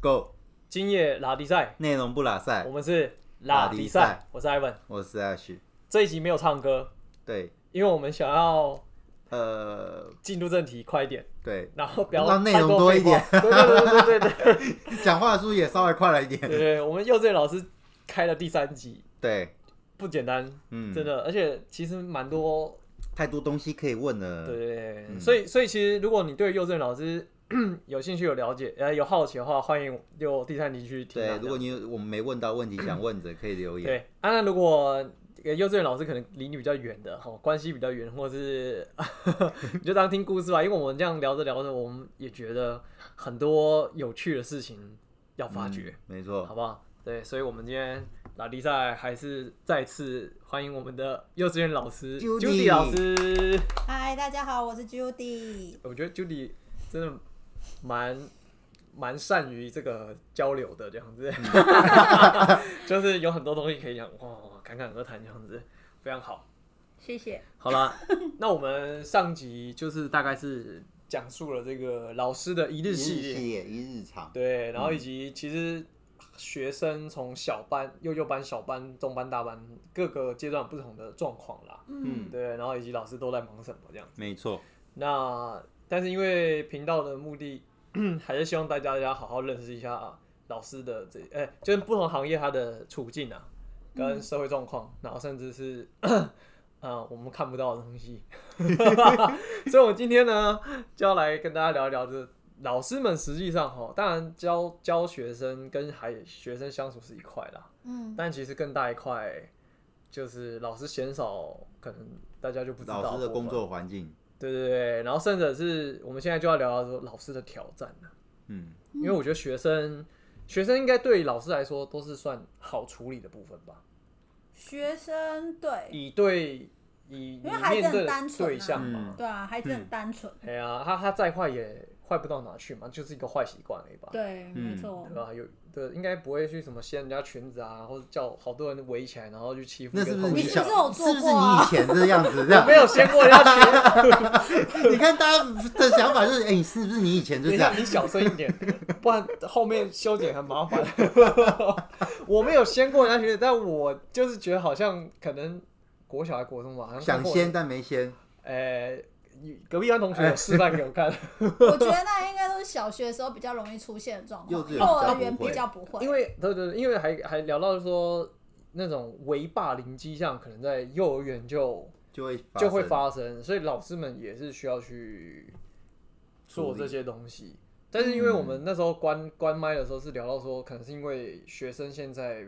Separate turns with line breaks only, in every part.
Go，
今夜拉迪赛，
内容不拉塞
我，们是
拉
拉
迪
迪
赛
赛，我是 Ivan。
我是 Ash。
这一集没有唱歌，
对，
因为我们想要
呃，
进入正题，快一点，
对，
然后不要
让内
太
容
过
多
废
一点
话对对对对对对
讲话的速度也稍微快了一
对
点。
对，我们幼稚园老师开了第三集，
对，
不简单，
嗯，
真的，而且其实蛮多，
太多东西可以问了。
对，对对
嗯
对，所以所以其实如果你对幼稚园老师有兴趣、有了解、呃有好奇的话，欢迎就第三集去听啊。
对，如果
你
你有我们没问到 问题想问的，可以留言。
对啊，那如果呃幼稚园老师可能离你比较远的，哈，关系比较远，或是 你就当听故事吧，因为我们这样聊着聊着，我们也觉得很多有趣的事情要发掘，
嗯，没错。
好不好？对，所以我们今天拉力赛还是再次欢迎我们的幼稚园老师
Judy
老师。
嗨，大家好，我是 Judy。
我觉得 Judy 真的蛮蛮善于这个交流的，这样子，嗯 就是有很多东西可以讲，哇，侃侃而谈这样子，非常好。
谢谢。
好啦，那我们上集就是大概是讲述了这个老师的一
一
日系列，
系列一日常，
对，然后以及其实学生从小班、幼幼班、小班、中班、大班各个阶段不同的状况啦，
嗯，
对，然后以及老师都在忙什么这样。
没错。
那但是因为频道的目的 还是希望大家大家好好认识一下啊老师的这，哎、就是不同行业他的处境啊，
嗯
跟社会状况，然后甚至是 呃我们看不到的东西。 所以，我今天呢就要来跟大家聊一聊这。老师们实际上哈，当然教教学生跟还学生相处是一块啦，
嗯，
但其实更大一块就是老师嫌少，可能大家就不知道
老师的
部
工
分
作环境，
对对对，然后甚至是我们现在就要聊到说老师的挑战了，
嗯，
因为我觉得学生学生应该对老师来说都是算好处理的部分吧，
学生对
以对以你
因为孩子
面对
很
的
单纯啊
对象嘛，
嗯
对啊，孩子很单纯。
哎呀，他他再坏也坏不到哪去嘛，就是一个坏习惯而已吧。
对，
嗯
没错
对。吧？有对，应该不会去什么掀人家裙子啊，或者叫好多人围起来，然后去欺负一
那
个
是不
同
是你
学
小？
你是不是有
是不
做
是
过啊
你以前这样子？这样
没有掀过人家裙，
你看大家的想法就是，哎、你是不是你以前就这
等一
样
下，？你小声一 点，不然后面修剪很麻烦。我没有掀过人家裙子，但我就是觉得好像可能国小还国中吧，好像看
想
过
先。但没先，
呃，隔壁班同学有示范给 我看，
哎
我觉得那应该都是小学的时候比较容易出现的状
幼稚
况，
园
幼儿园
比
比
较
较不 会。
因为对对对，因为还还聊到说那种围霸凌迹象，可能在幼儿园就
就会
就会
生
发生，所以老师们也是需要去做这些东西。但是因为我们那时候关关麦的时候是聊到说，可能是因为学生现在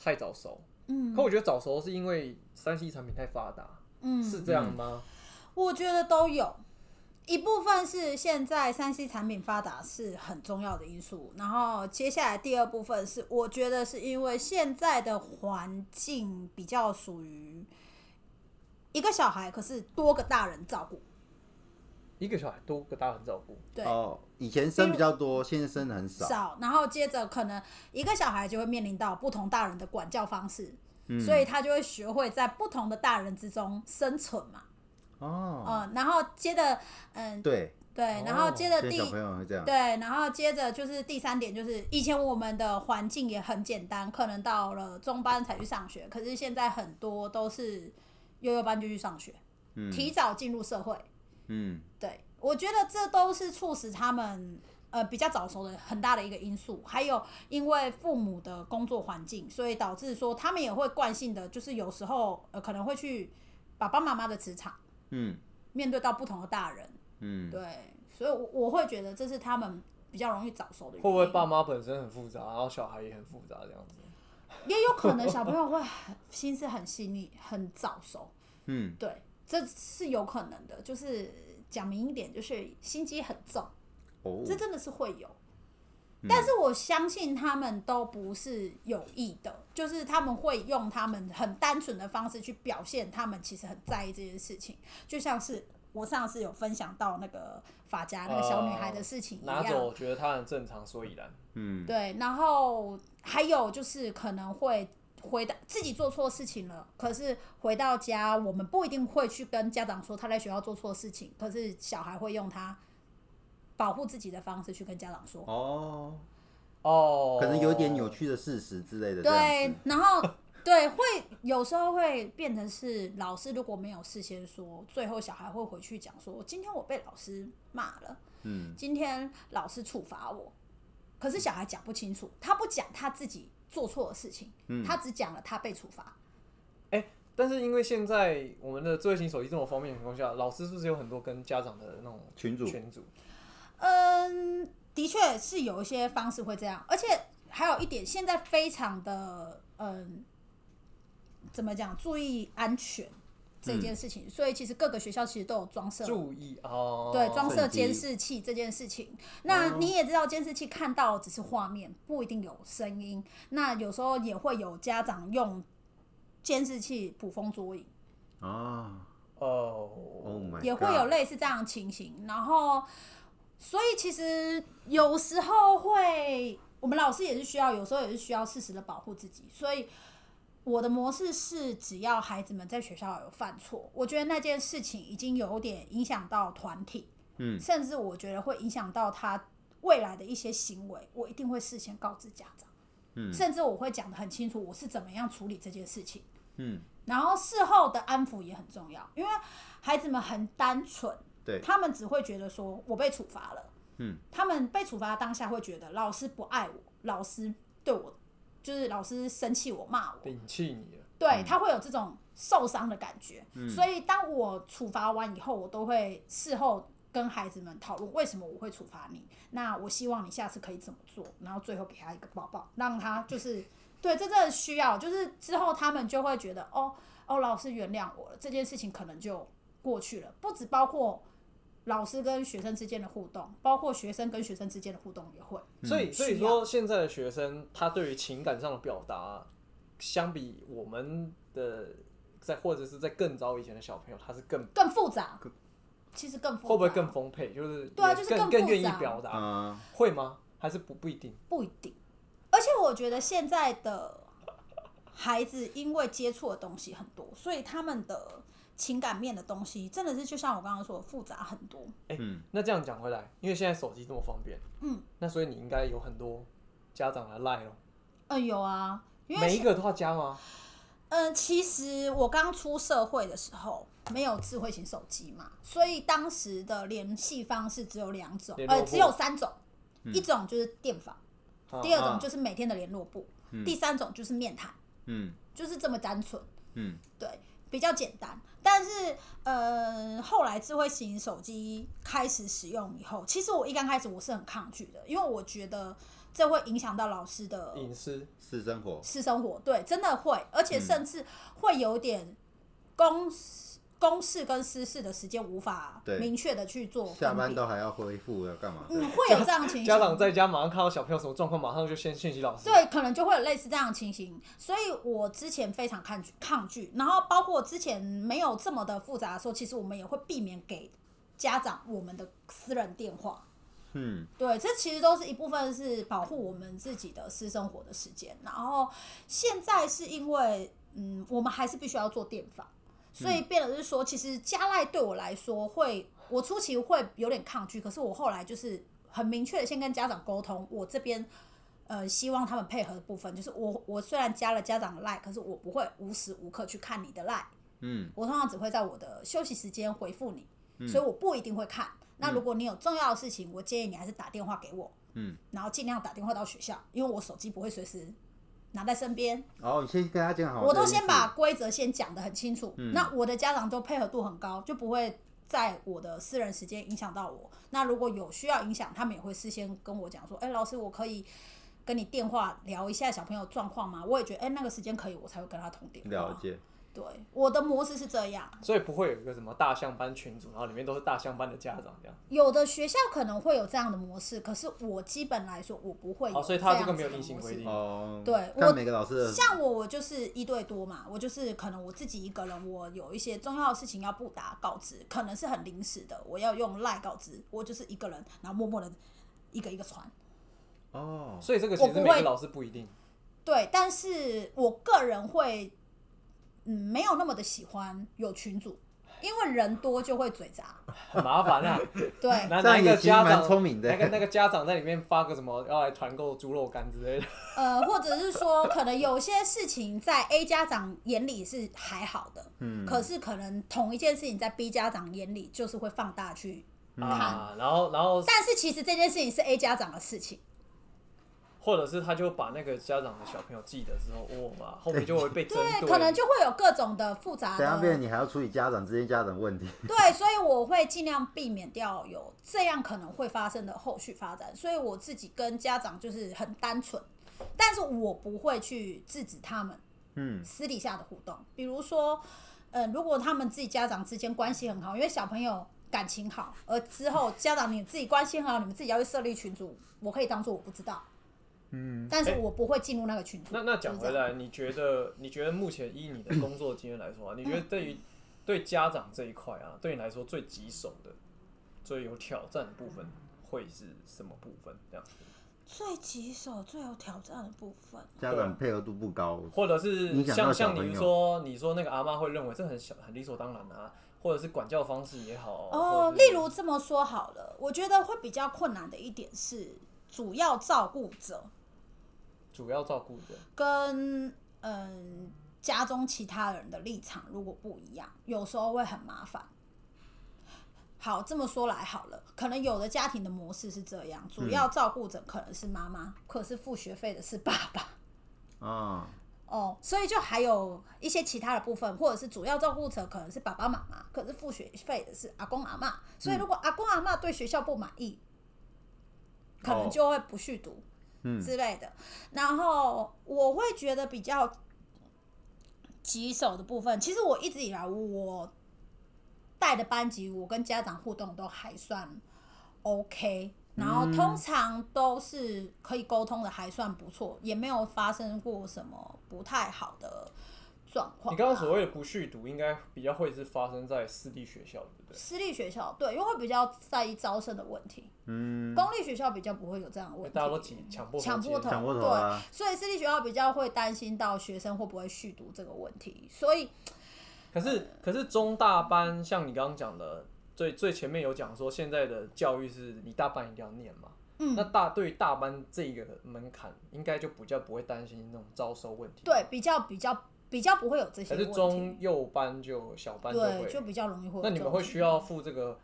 太早熟，
嗯
可我觉得早熟是因为三 C 产品太发达，
嗯，
是这样吗？
我觉得都有。一部分是现在三 C 产品发达是很重要的因素，然后接下来第二部分是我觉得是因为现在的环境比较属于一个小孩，可是多个大人照顾，
一个小孩多个大人照顾，
对，
哦，啊以前生比较多，现在生很少。
少，然后接着可能一个小孩就会面临到不同大人的管教方式，
嗯，
所以他就会学会在不同的大人之中生存嘛。
哦，
嗯，然后接着，嗯，
对，
对，然
哦
后接着
现在
第、
小朋友嗯会这样。
对，然后接着就是第三点，就是以前我们的环境也很简单，可能到了中班才去上学，可是现在很多都是幼幼班就去上学，
嗯
提早进入社会。
嗯，
对，我觉得这都是促使他们呃比较早熟的很大的一个因素，还有因为父母的工作环境，所以导致说他们也会惯性的，就是有时候呃可能会去爸爸妈妈的职场
嗯
面对到不同的大人，
嗯，
对，所以我我会觉得这是他们比较容易早熟
会
的原因。
不会爸妈本身很复杂，然后小孩也很复杂这样子？
也有可能小朋友会很心思很细腻，很早熟，
嗯，
对，这是有可能的，就是讲明一点，就是心机很重。
哦，
这真的是会有
嗯。
但是我相信他们都不是有意的，就是他们会用他们很单纯的方式去表现他们其实很在意这件事情，就像是我上次有分享到那个发夹那个小女孩的事情一
哦拿
样。
走，我觉得他很正常，所以然。
嗯，
对，然后还有就是可能会回到自己做错事情了，可是回到家我们不一定会去跟家长说他在学校做错事情，可是小孩会用他保护自己的方式去跟家长说。
哦，
哦，
可能有点扭曲的事实之类的这样
对
子，。
然后对会有时候会变成是老师如果没有事先说，最后小孩会回去讲说，今天我被老师骂了，
嗯，
今天老师处罚我。可是小孩讲不清楚，他不讲他自己做错的事情，
嗯
他只讲了他被处罚。
但是因为现在我们的智慧型手机这么方便的情况下，老师是不是有很多跟家长的那种
群主
群组？
嗯，的确是有一些方式会这样，而且还有一点，现在非常的嗯，怎么讲，注意安全
嗯
这件事情，所以其实各个学校其实都有装设。
注意哦，
对，装设
摄影机
监视器这件事情，那你也知道，监视器看到的只是画面，不一定有声音。那有时候也会有家长用监视器捕风捉影。
哦，Oh
哦，
my，
也会有
God
类似这样的情形。然后，所以其实有时候会，我们老师也是需要，有时候也是需要适时的保护自己。所以我的模式是，只要孩子们在学校有犯错，我觉得那件事情已经有点影响到团体，
嗯
甚至我觉得会影响到他未来的一些行为，我一定会事先告知家长，
嗯
甚至我会讲的很清楚，我是怎么样处理这件事情。
嗯，
然后事后的安抚也很重要，因为孩子们很单纯，
对，
他们只会觉得说我被处罚了，
嗯，
他们被处罚当下会觉得老师不爱我，老师对我就是老师生气我骂我，
摒弃你了，
对他会有这种受伤的感觉。
嗯
所以当我处罚完以后，我都会事后跟孩子们讨论为什么我会处罚你，那我希望你下次可以怎么做，然后最后给他一个抱抱，让他就是对这真的需要，就是之后他们就会觉得哦哦，老师原谅我了，这件事情可能就过去了。不只包括。老师跟学生之间的互动，包括学生跟学生之间的互动也会，
所以所以
需要
说现在的学生，他对于情感上的表达，相比我们的在或者是在更早以前的小朋友，他是更
更复杂，其实更复杂，
会不会更丰沛？就是
对啊
也
就是
更
更复
愿意
杂
表达，
啊，
会吗？还是不不一定？
不一定。而且我觉得现在的孩子因为接触的东西很多，所以他们的情感面的东西真的是就像我刚刚说的复杂很多。
嗯，
那这样讲回来，因为现在手机这么方便，
嗯，
那所以你应该有很多家长来赖哦，
嗯，有啊，因为
每一
其
个都要加吗？
嗯，其实我刚出社会的时候没有智慧型手机嘛，所以当时的联系方式只有两种，
联络
呃，
簿
只有三种，一种就是电访，
啊
第二
啊
种就是每天的联络簿，第三种就是面谈，
嗯
就是这么单纯。
嗯
对，比较简单。但是，呃，后来智慧型手机开始使用以后，其实我一刚开始我是很抗拒的，因为我觉得这会影响到老师的
嗯
隐私
私生活，
私生活，对，真的会，而
嗯
且甚至会有点公事公事跟私事的时间无法
对
明确的去做
下
分
班
别
都。还要恢复，要干嘛
嗯，
的？
会有这样的情形。
家长在家马上看到小朋友什么状况，马上就先讯息老师。
对，可能就会有类似这样的情形，所以我之前非常抗拒抗拒，然后包括之前没有这么的复杂的时候，其实我们也会避免给家长我们的私人电话。
嗯，
对，这其实都是一部分是保护我们自己的私生活的时间。然后现在是因为，嗯，我们还是必须要做电访，所以变得是说，其实加赖对我来说会，我初期会有点抗拒，可是我后来就是很明确的先跟家长沟通，我这边。呃，希望他们配合的部分就是我，我虽然加了家长的 line，可是我不会无时无刻去看你的 line，
嗯
我通常只会在我的休息时间回复你，所以我不一定会看。那如果你有重要的事情，我建议你还是打电话给我，
嗯，
然后尽量打电话到学校，因为我手机不会随时拿在身边。
哦，嗯你先跟他讲好，
我
这
都
个意
先
思
把规则先讲得很清楚，那我的家长都配合度很高，就不会在我的私人时间影响到我。那如果有需要影响，他们也会事先跟我讲说，哎、老师，我可以。跟你电话聊一下小朋友状况吗？我也觉得，哎、那个时间可以，我才会跟他通电话。
了解，
对，我的模式是这样。
所以不会有一个什么大象班群组，然后里面都是大象班的家长这样。
有的学校可能会有这样的模式，可是我基本来说我不会有
哦所以
这样
他
子
这个
的模
没有硬
式。
性规定
哦，
嗯对我
看每个老师的，
像我，我就是一对多嘛，我就是可能我自己一个人，我有一些重要的事情要不达告知，可能是很临时的，我要用赖告知，我就是一个人，然后默默的一个一个传。
哦，
所以这个其
我
实
不
每
会
个老师不一定。
对，但是我个人会，嗯，没有那么的喜欢有群组，因为人多就会嘴杂，
很麻 烦啊。
对，
那
这样
那个
也其实
家
蛮
长
聪明的
那个那个家长在里面发个什么要来团购猪肉干之类的，
呃，或者是说，可能有些事情在 A 家长眼里是还好的，
嗯，
可是可能同一件事情在 B 家长眼里就是会放大去，
嗯
啊，然后然后
但是其实这件事情是 A 家长的事情，
或者是他就把那个家长的小朋友记得之后，哇嘛，后面就会被针
对，可能就会有各种的复杂
等一下变
的
成，你还要处理家长之间家长问题，
对，所以我会尽量避免掉有这样可能会发生的后续发展，所以我自己跟家长就是很单纯，但是我不会去制止他们。
嗯，
私底下的互动，比如说，呃，如果他们自己家长之间关系很好，因为小朋友感情好，而之后家长你自己关系很好，你们自己要去设立群组，我可以当做我不知道，嗯，但是我不会进入那个群组。
那那讲
就是
回
这样，
来，你觉得你觉得目前以你的工作经验来说啊，你觉得对于对家长这一块啊，对你来说最棘手的、最有挑战的部分会是什么部分？这样子，
最棘手、最有挑战的部分，
家长配合度不高，
或者是
影响到
像
小
像
朋友
你说你说那个阿妈会认为这很小很理所当然啊，或者是管教方式也好啊
哦，
或者
例
是
如这么说好了，我觉得会比较困难的一点是主要照顾者
主要照顾者，
跟嗯家中其他人的立场如果不一样，有时候会很麻烦。好，这么说来好了，可能有的家庭的模式是这样，主要照顾者可能是妈妈，可是付学费的是爸爸。
啊，
哦，所以就还有一些其他的部分，或者是主要照顾者可能是爸爸妈妈，可是付学费的是阿公阿妈，所以如果阿公阿妈对学校不满意，可能
哦
就会不续读
嗯
之类的。然后我会觉得比较棘手的部分，其实我一直以来我带的班级，我跟家长互动都还算 OK，然后通常都是可以沟通的，还算不错，也没有发生过什么不太好的状况啊。
你刚刚所谓的不续读，应该比较会是发生在私立学校，对不对？
私立学校对，因为会比较在意招生的问题，
嗯，
公立学校比较不会有这样的问题。
大家都挤强迫合
强迫
接
头，
抢过头啊
对，所以私立学校比较会担心到学生会不会续读这个问题，所以
可是可是中大班，像你刚刚讲的，最最前面有讲说，现在的教育是你大班一定要念嘛。
嗯
那大对于大班这个门槛，应该就比较不会担心那种招收问题。
对，比较比较比较不会有这些
可
问
是
题。
中幼班就小班就
对，
会。
就比较容易会有这种情况。
那你们会需要付这个？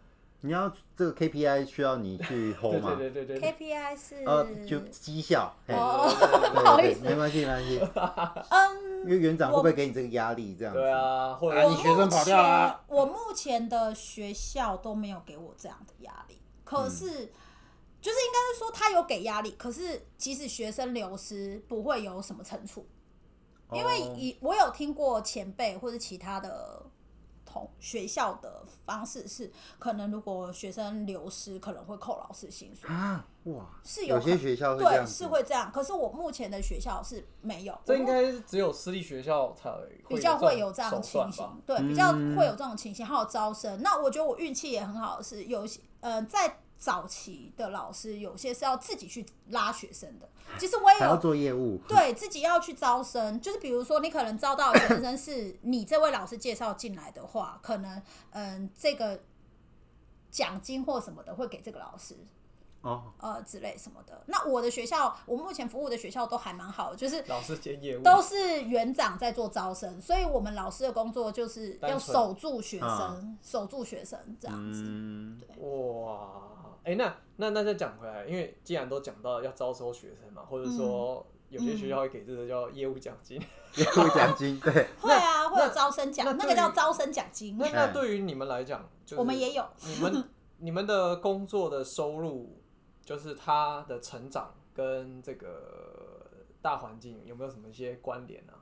你要这个 KPI 需要你去 hold
对
吗？
对对对对。
KPI 是
呃，就绩效，嘿
哦
对对
对对
对
对
不好意思
没关系没关系，
嗯，
因为园长会不会给你这个压力这样子？
对啊，或者
啊
我
你
目
学
前
生跑掉啦
我目前的学校都没有给我这样的压力，可是、
嗯
就是应该是说他有给压力，可是即使学生流失，不会有什么惩处，
哦，
因为以我有听过前辈或者其他的。同学校的方式是，可能如果学生流失，可能会扣老师薪水，
啊哇，
是有
有些
可
学校会这
对
样
是
子，
会这样。可是我目前的学校是没有，
这
我
应
目
该是只有私立学校才
比较会有这
这
样的
种
情
手段
形
吧。，
对，比较会有这种情形，还有招生。那我觉得我运气也很好的是，有些呃在早期的老师，有些是要自己去拉学生的。其实我也
还要
有
做业务，
对自己要去招生，就是比如说你可能招到的学生是你这位老师介绍进来的话，可能嗯这个奖金或什么的会给这个老师。
哦，
呃，之类什么的。那我的学校，我目前服务的学校都还蛮好的，就是
老师兼业务
都是园长在做招生，所以我们老师的工作就是
单
要
纯
守住学生，
嗯
啊
守住学生这样子。
嗯，
哇，哎、那那那再讲回来，因为既然都讲到要招收学生嘛，或者说
嗯
有些学校会给这个叫业务奖金，
业务奖金，对，
会啊，会有
那
招生奖
那，
那
对
个
于
叫招生奖金。
那那对于你们来讲，就是
我们也有，
你 们你们的工作的收入，就是他的成长跟这个大环境有没有什么一些关联啊？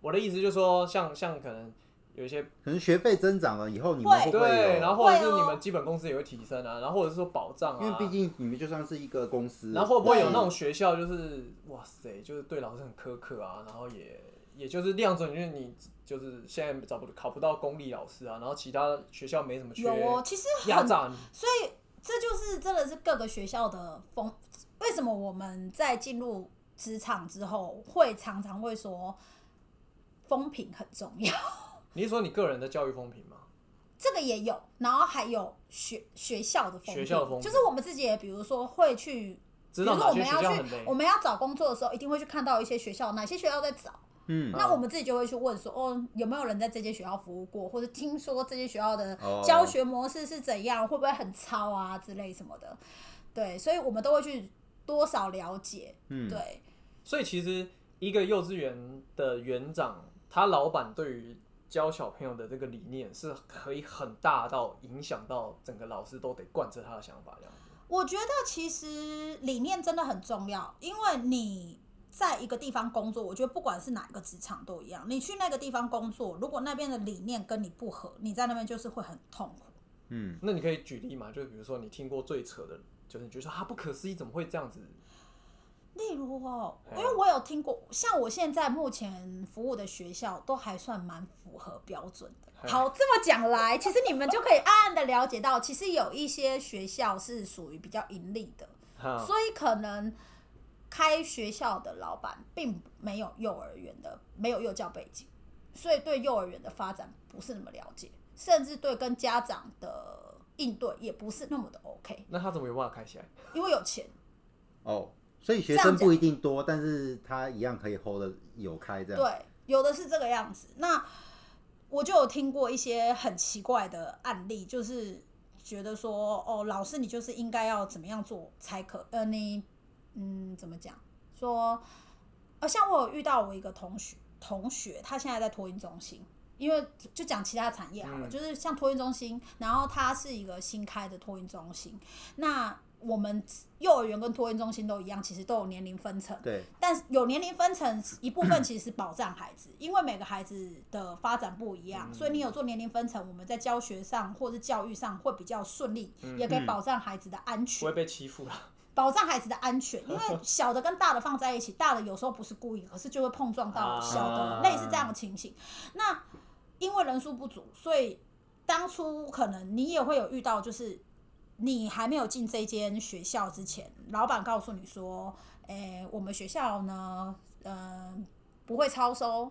我的意思就是说，像像可能有一些
可能学费增长了以后，你们会不会
对，
有？
然后或者是
会哦
你们基本工资也会提升啊，然后或者是说保障啊，
因为毕竟你们就算是一个公司，
然后会不会有那种学校就是哇塞，就是对老师很苛刻啊，然后也也就是量准，就是你就是现在找不考不到公立老师啊，然后其他学校没什么缺，
有哦，其实
压
很
榨你
所以这就是真的是各个学校的风。为什么我们在进入职场之后，会常常会说风评很重要？
你是说你个人的教育风评吗？
这个也有，然后还有学学校的封闭，
学校的封闭
就是我们自己也，比如说会去，比
知
如
道
说
哪
我
些
们
学校
要
很
去
雷，
我，们要找工作的时候，一定会去看到一些学校，哪些学校在找，
嗯
那我们自己就会去问说，哦，有没有人在这间学校服务过，或者听说这间学校的
哦
教学模式是怎样，会不会很糙啊之类什么的，对，所以我们都会去多少了解，
嗯，
对，
所以其实一个幼稚园的园长，他老板对于教小朋友的这个理念是可以很大到影响到整个老师都得贯彻他的想法这样子。
我觉得其实理念真的很重要，因为你在一个地方工作，我觉得不管是哪一个职场都一样。你去那个地方工作，如果那边的理念跟你不合，你在那边就是会很痛苦。
嗯，
那你可以举例嘛？就比如说你听过最扯的，就是你觉得说啊不可思议，怎么会这样子？
例如哦，
嗯
因为我有听过，像我现在目前服务的学校都还算蛮符合标准的。
嗯
好，这么讲来，其实你们就可以暗暗的了解到，其实有一些学校是属于比较盈利的，
哈，
所以可能开学校的老板并没有幼儿园的，没有幼教背景，所以对幼儿园的发展不是那么了解，甚至对跟家长的应对也不是那么的 OK，
那他怎么有办法开起来？
因为有钱。
哦，所以学
这
生
样讲
不一定多，但是他一样可以 hold 的有开这样。
对，有的是这个样子。那我就有听过一些很奇怪的案例，就是觉得说，哦，老师你就是应该要怎么样做才可，呃，你嗯怎么讲？说，呃，像我有遇到我一个同学，同学他现在在托运中心。因为就讲其他产业好了，
嗯
就是像托运中心，然后它是一个新开的托运中心。那我们幼儿园跟托运中心都一样，其实都有年龄分层。
对，
但是有年龄分层一 部分其实是保障孩子，因为每个孩子的发展不一样，
嗯
所以你有做年龄分层，我们在教学上或是教育上会比较顺利，
嗯
也可以保障孩子的安
不
全，
会被欺负啦。
保障孩子的安全， 因为小的跟大的放在一起，大的有时候不是故意，可是就会碰撞到
啊
小的，类似这样的情形。那因为人数不足，所以当初可能你也会有遇到，就是你还没有进这间学校之前，老板告诉你说，诶、我们学校呢，嗯、不会超收，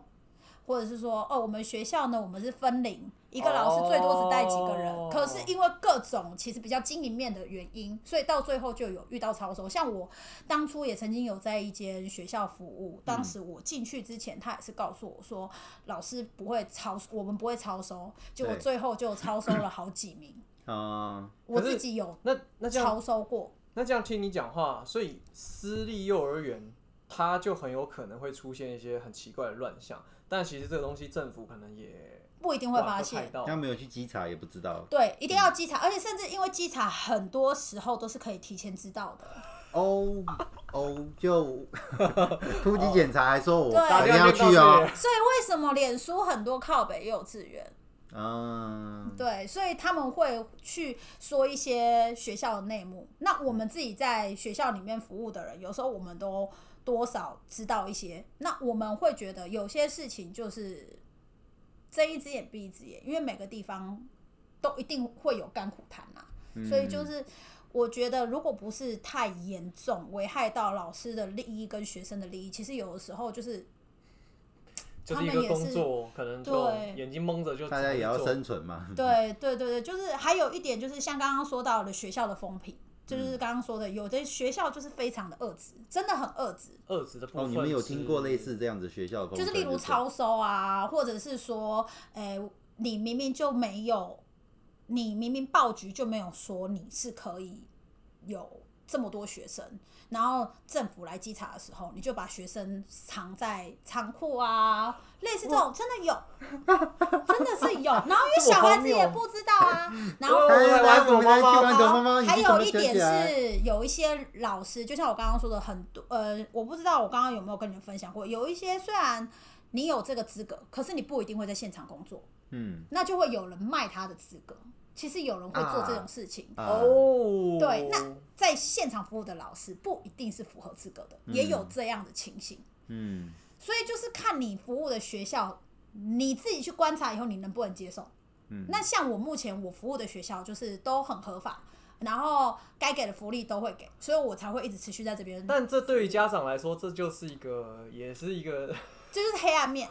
或者是说，哦，我们学校呢，我们是分龄，一个老师最多只带几个人。
哦
可是因为各种其实比较经营面的原因，所以到最后就有遇到超收。像我当初也曾经有在一间学校服务，当时我进去之前，他也是告诉我说，老师不会超，我们不会超收，结果
对
最后就超收了好几名。
啊，
我
可是
自己有
那那这样
超收过，
那这样听你讲话，所以私立幼儿园它就很有可能会出现一些很奇怪的乱象，但其实这个东西政府可能也
不一定会发现。
到
他没有去稽查也不知道。
对，一定要稽查，而且甚至因为稽查很多时候都是可以提前知道的。
哦哦， 就突击检查还说我
对打
一定要去哦。
所以为什么脸书很多靠北幼稚园？
嗯，
对，所以他们会去说一些学校的内幕。那我们自己在学校里面服务的人，有时候我们都多少知道一些。那我们会觉得有些事情就是睁一只眼闭一只眼，因为每个地方都一定会有甘苦谈啊。所以就是我觉得，如果不是太严重危害到老师的利益跟学生的利益，其实有的时候就是
就是一个工作，可能就
对
眼睛蒙着就
大家也要
只能做
生存
嗯
嘛。哦
对对对对，就是还有一点就是像刚刚说到的学校的风评，
嗯
就是刚刚说的，有的学校就是非常的恶质，真的很恶质，
二职的部分。
哦，你们有听过类？似这样子学校的风
哦
就
格？
是例如超收啊，或者是说，诶、你明明就没有，你明明报局就没有说你是可以有这么多学生，然后政府来稽查的时候，你就把学生藏在仓库啊，类似这种真的有，真的是有。然后因为
这么
小孩
荒
子
谬
也不知道 啊，然后
哦
哎呀，来，
玩
我
躲
们
猫
来去
猫
玩躲猫猫，
还
你怎么
有一
卷
点
起来，
是，有一些老师，就像我刚刚说的，很多呃，我不知道我刚刚有没有跟你们分享过，有一些虽然你有这个资格，可是你不一定会在现场工作，
嗯
那就会有人卖他的资格。其实有人会做这
啊
种事情，
啊，
哦，
对那在现场服务的老师不一定是符合资格的，也有这样的情形。
嗯，
所以就是看你服务的学校，你自己去观察以后，你能不能接受。
嗯
那像我目前我服务的学校，就是都很合法，然后该给的福利都会给，所以我才会一直持续在这边。
但这对于家长来说，这就是一个，也是一个，
这就是黑暗面，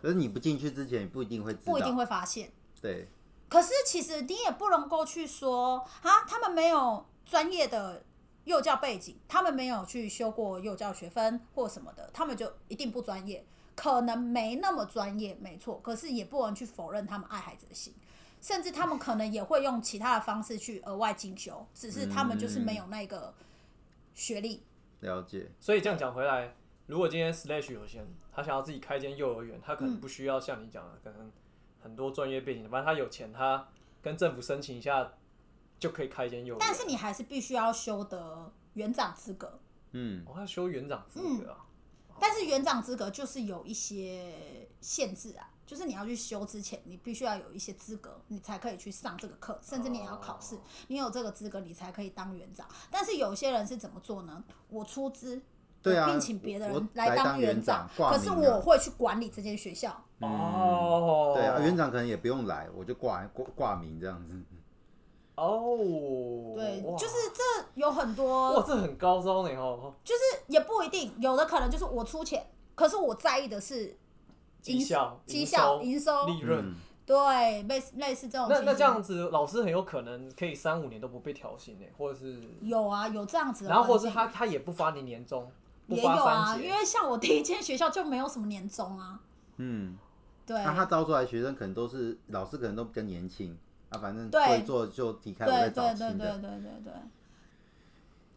可是你不进去之前，你不一定会知道，
不一定会发现。
对，
可是其实你也不能够去说啊，他们没有专业的幼教背景，他们没有去修过幼教学分或什么的，他们就一定不专业。可能没那么专业，没错，可是也不能去否认他们爱孩子的心，甚至他们可能也会用其他的方式去额外进修，只是他们就是没有那个学历。
了解，
所以这样讲回来，如果今天 Slash 有钱，他想要自己开一间幼儿园，他可能不需要像你讲的，可能很多专业背景，反正他有钱，他跟政府申请一下就可以开一间幼儿园。
但是你还是必须要修得园长资格，
嗯，
我、哦、要修园长资格啊，
但是园长资格就是有一些限制啊，就是你要去修之前，你必须要有一些资格，你才可以去上这个课，甚至你也要考试
哦，
你有这个资格，你才可以当园长。但是有些人是怎么做呢？我出资，
对啊
我聘请别的
我
人
我
来
来当
园
园长挂
可是
名啊
我会去管理这间学校，
哦，
对啊，园长可能也不用来，我就挂挂挂名这样子。
哦，
嗯对，
哇
就是这有很
哇，
多，
这很高招呢哦，
就是也不一定，有的可能就是我出钱，可是我在意的是
绩效、
绩效、
营
营
收、
收
利润。
嗯
对，类似类似这种情
那
形。
那这样子，老师很有可能可以三五年都不被调薪呢，或者是，
有啊，有这样子的
然后或
环
者
境，
是他他也不发你年终，不
也有
发
啊，
三节，
因为像我第一间学校就没有什么年终啊，
嗯，
对、
那他招出来的学生可能都是老师，可能都比较年轻啊，反正
对
做一做就离开，我再
对对
找
对
新
对对
的。
对对。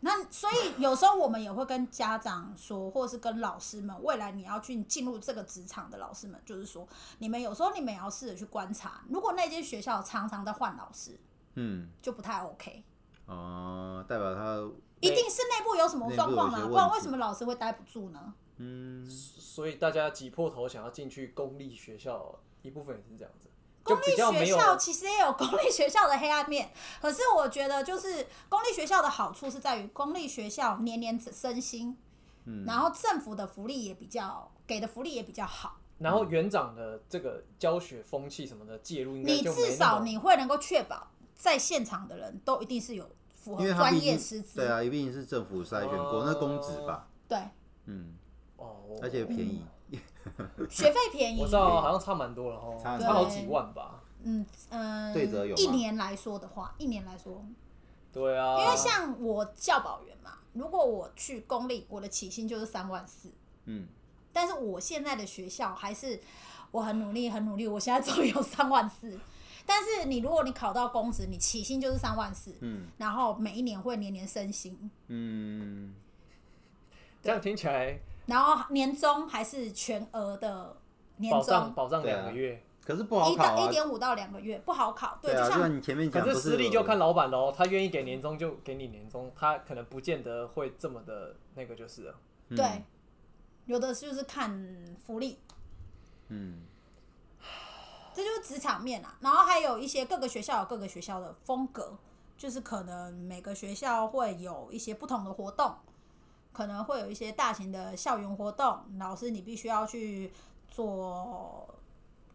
那所以有时候我们也会跟家长说，或者是跟老师们，未来你要去进入这个职场的老师们，就是说，你们有时候你们也要试着去观察，如果那间学校常常在换老师，
嗯，
就不太 OK，
哦，代表他，
一定是内部有什么
内部
状况
有些
嘛，
问
不然
题
为什么老师会待不住呢？
嗯，
所以大家挤破头想要进去公立学校，一部分也是这样子，就
公
比较
立
没
学
有
校其实也有公立学校的黑暗面，可是我觉得就是公立学校的好处是在于公立学校年年升薪，
嗯
然后政府的福利也比较给的福利也比较好，
然后园长的这个教学风气什么的介入，应该
你
就
至
没那
少
么
你会能够确保在现场的人都一定是有符
因为
合
他毕
专业
竟
师资，哦
对啊，毕竟是政府筛选过，那公职吧，
对
嗯，
哦，
而且便宜，
学费便宜
我，知道好像差蛮多了哦，
差
差
很
多
好几万吧，
嗯嗯，
对折有吗
一年来说的话，一年来说，
对啊，
因为像我教保员嘛，如果我去公立，我的起薪就是三万四。
嗯，
但是我现在的学校还是我很努力，很努力，我现在终于有三万四。但是你如果你考到公职，你起薪就是三万四，
嗯
然后每一年会年年升薪，
嗯，
这样听起来
然后年终还是全额的年
保障
终，
保障
对啊
两个月，
可是不好
一
考
到一
啊，
点五到两个月不好考，
对啊，
就
就
像
像你前面讲，
可
不
是私立就看
了，
老板喽，他愿意给年终就给你年终，他可能不见得会这么的那个就是了。
嗯
对，，有的就是看福利，
嗯，
这就是职场面啊。然后还有一些各个学校有各个学校的风格，就是可能每个学校会有一些不同的活动，可能会有一些大型的校园活动，老师你必须要去做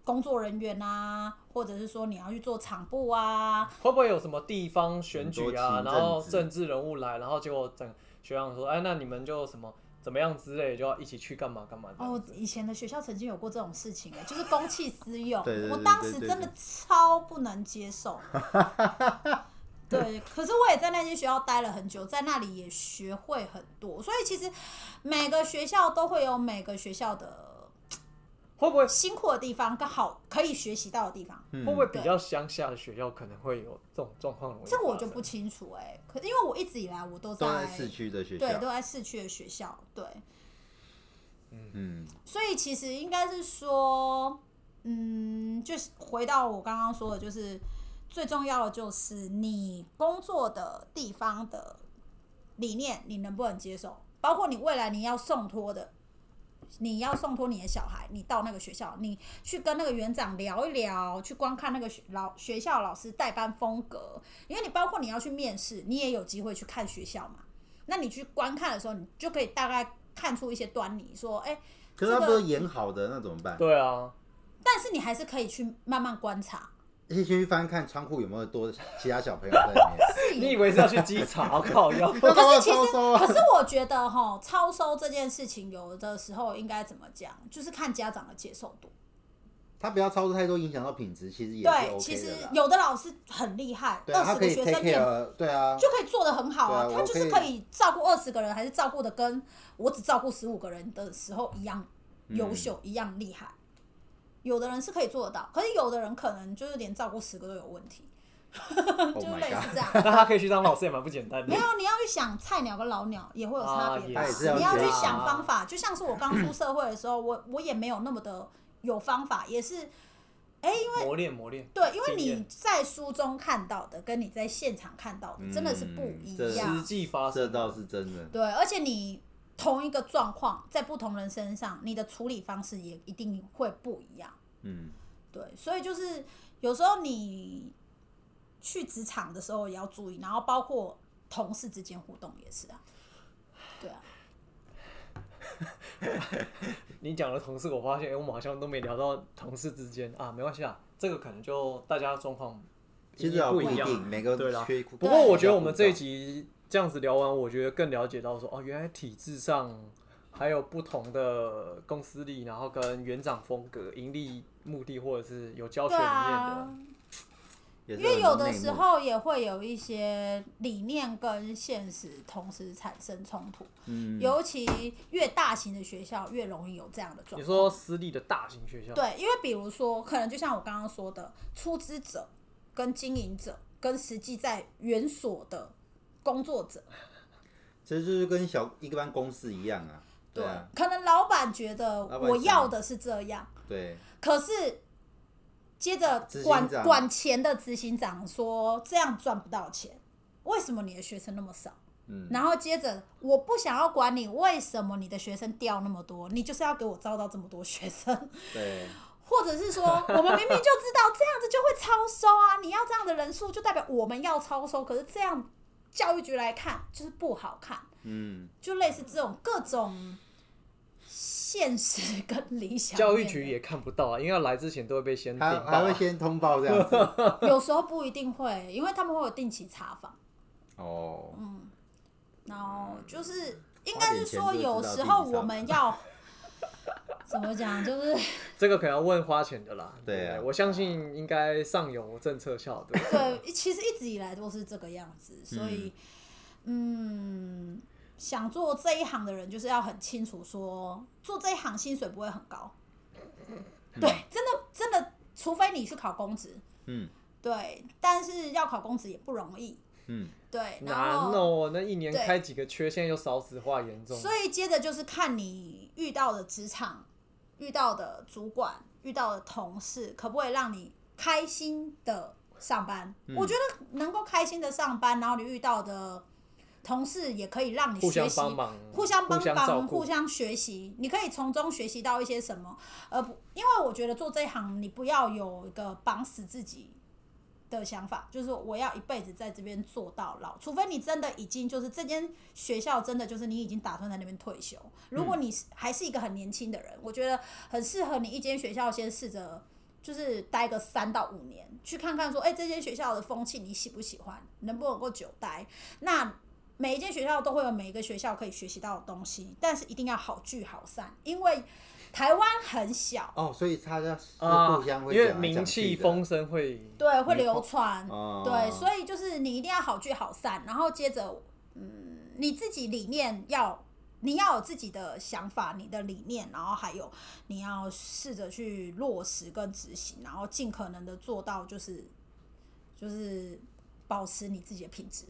工作人员啊，或者是说你要去做场部啊，
会不会有什么地方选举啊，
很多行政
然后政治人物来，然后结果整学长说，哎，那你们就什么怎么样之类，就要一起去干嘛干嘛这
哦
样，子。
以前的学校曾经有过这种事情、欸，就是公器私 用。
对对对
我当时
对对
真的
对
超不能接受。 对，可是我也在那间学校待了很久，在那里也学会很多，所以其实每个学校都会有每个学校的
会不会
辛苦的地方跟好可以学习到的地方。
嗯
会不会比较乡下的学校可能会有这种状况容易
这个我就
发
不
生
清楚哎、可因为我一直以来我都
都在市区啊的学
对
校
都，在市区的学校，对，
嗯，
所以其实应该是说，嗯，就是回到我刚刚说的，就是最重要的就是你工作的地方的理念，你能不能接受？包括你未来你要送托的，你要送托你的小孩，你到那个学校，你去跟那个园长聊一聊，去观看那个学老学校老师代班风格，因为你包括你要去面试，你也有机会去看学校嘛。那你去观看的时候，你就可以大概看出一些端倪，说，哎、
可是他
这个
不是演好的那怎么办？
对啊，
但是你还是可以去慢慢观察。
而且先去翻看仓库有没有多其他小朋友在里 面，
你以为是要去机场？我 靠，要
那
可
搞不好
是其
超
实，
收啊
可是我觉得哈，超收这件事情，有的时候应该怎么讲，就是看家长的接受度。
他不要操作太多，影响到品质，其实也是
对，
OK
其实
的啦。
有的老师很厉害，
对啊，
二
他
十
可
个
以
学
take
生面
care，对啊，
就可以做的很好啊，
对啊
他
我
就是
可以
可以照顾二十个人，还是照顾的跟我只照顾十五个人的时候一样优秀，一样厉害。有的人是可以做得到，可是有的人可能就是连照顾十个都有问题，
Oh
就是
my
类似
god，
这样。
那他可以去当老师也蛮不简单的
没。有，你要去想菜鸟跟老鸟也会有差别吧？
啊也是啊
你要去
也是啊
想方法，就像是我刚出社会的时候，我我也没有那么的有方法，也是
磨练磨练，
对，因为
经
你
验
在书中看到的跟你在现场看到的真的是不
嗯
一
这
样。
实际发
这
生
倒是真的。
对，而且你同一个状况，在不同人身上，你的处理方式也一定会不一样。
嗯，
对，所以就是有时候你去职场的时候也要注意，然后包括同事之间互动也是啊。对啊，
你讲的同事，我发现、哎，我们好像都没聊到同事之间啊，没关系啊，这个可能就大家状况
其实啊不
一
一
样
定，每个
对啦
缺
不过我觉得我们这一集这样子聊完，我觉得更了解到说，哦，原来体制上还有不同的公司力，然后跟园长风格、盈利目的或者是有教学
对
理念的
啊，，
也是
因为
很
有
多内
的时
幕
候也会有一些理念跟现实同时产生冲突，
嗯
尤其越大型的学校越容易有这样的状
你
况。
说私立的大型学校，
对，因为比如说，可能就像我刚刚说的，出资者跟经营者跟实际在园所的工作者，
其实就是跟小一般公司一样啊，对啊，
可能老板觉得
老板
我
想
要的是这样，
对，
可是接着
执行
管
长
管钱的执行长说这样赚不到钱，为什么你的学生那么少？
嗯，
然后接着，我不想要管你，为什么你的学生掉那么多？你就是要给我招到这么多学生，
对，
或者是说，我们明明就知道这样子就会超收啊，你要这样的人数就代表我们要超收，可是这样教育局来看就是不好看，
嗯，
就类似这种各种现实跟理想面的。
教育局也看不到啊，因为要来之前都会被先定
还
到
还会
啊。
先通报这样 子，
有时候不一定会，因为他们会有定期查访，
哦，
然后就是应
花
该
点
是
钱
说
就知
有
道
时
定
候
期
我
查
们要怎么讲，就是。
这个可能要问花钱的啦。
对啊
不我相信应该上有政策效的。
对，其实一直以来都是这个样子，所以，嗯想做这一行的人就是要很清楚说，做这一行薪水不会很高，
嗯
对，真的真的，除非你去考公职，
嗯
对，但是要考公职也不容易，
嗯，
对，
难
然后，
哦，那一年
对
开几个缺，现在又少子化严重。
所以接着就是看你遇到的职场、遇到的主管、遇到的同事，可不可以让你开心的上班？
嗯
我觉得能够开心的上班，然后你遇到的同事也可以让你
互
学
相
习。
帮忙，
互相帮
嗯照
忙，
顾
互。相学习，你可以从中学习到一些什么，而不因为我觉得做这一行，你不要有一个绑死自己的想法，就是我要一辈子在这边做到老，除非你真的已经就是这间学校真的就是你已经打算在那边退休。如果你是还是一个很年轻的人，我觉得很适合你一间学校先试着。就是待个三到五年，去看看说，哎、这间学校的风气你喜不喜欢，能不能够久待？那每一间学校都会有每一个学校可以学习到的东西，但是一定要好聚好散，因为台湾很小，
哦，所以大家是
啊
互相，会
因为
讲来
名
讲
气
去的
风声会
对，会流传，
哦
对，所以就是你一定要好聚好散，然后接着，嗯，你自己理念要，你要有自己的想法，你的理念，然后还有你要试着去落实跟执行，然后尽可能的做到，就是就是保持你自己的品质，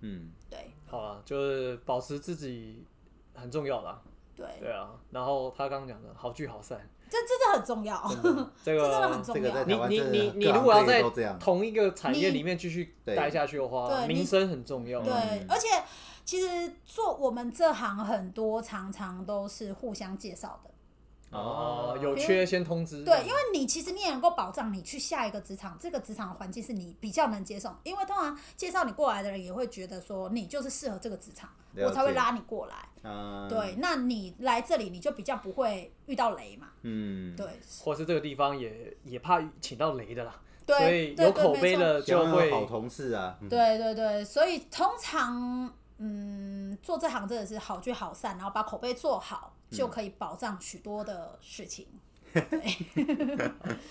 嗯，
对
好了，就是保持自己很重要啦。
对，
对啊，然后他刚刚讲的好聚好散，
这这是很重要，
真的这
这嗯真的
个
很。重
这个在
要。
你
台湾
你
真的
你你
各
如
行
果要
各业
在
都这样，
同一个产业
你
里面继续
对
待下去的话，
对你
民生很重要。
对
嗯，
而且其实做我们这行很多常常都是互相介绍的，
哦，有
比如
缺先通知。
对，因为你其实你也能够保障你去下一个职场，这个职场的环境是你比较能接受，因为通常介绍你过来的人也会觉得说你就是适合这个职场，
了解
我才会拉你过来。
嗯，
对，，那你来这里你就比较不会遇到雷嘛。
嗯，
对，
或是这个地方也也怕请到雷的啦，所
对
以
对
有
对
口
没
碑
错
的
想
就
要有
会
好同事 啊，嗯
对对对，所以通常，嗯，做这行真的是好聚好散，然后把口碑做好，就可以保障许多的事情。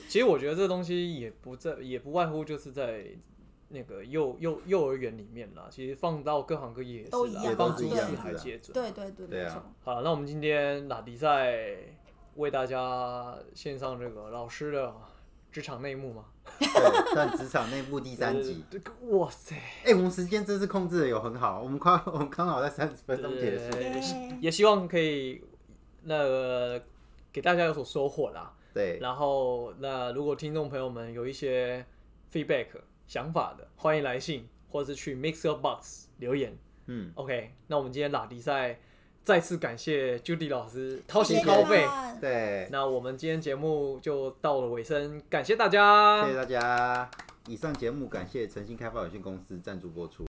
其实我觉得这东西也不在，也不外乎就是在那个幼幼幼儿园里面啦。其实放到各行各业也
都
是
一
啦
样，
放诸
都一样
四海
是啊
皆准。
对对对，
对
没
啊
错。
好，那我们今天拉迪赛为大家献上这个老师的职场内幕嘛，
对算职场内部第三集。
这个哇塞，
哎、我们时间真是控制的有很好，我们快我们刚好在三十分钟结束。
对
耶
也希望可以那个给大家有所收获啦。
对，
然后，那如果听众朋友们有一些 feedback 想法的，欢迎来信或者是去 Mixer Box 留言。
嗯，
OK，那我们今天拉迪赛再次感谢 Judy 老师掏
谢
心
谢
掏肺。
啦
对，
那我们今天节目就到了尾声，感谢大家，
谢谢大家。以上节目感谢诚信开发有限公司赞助播出。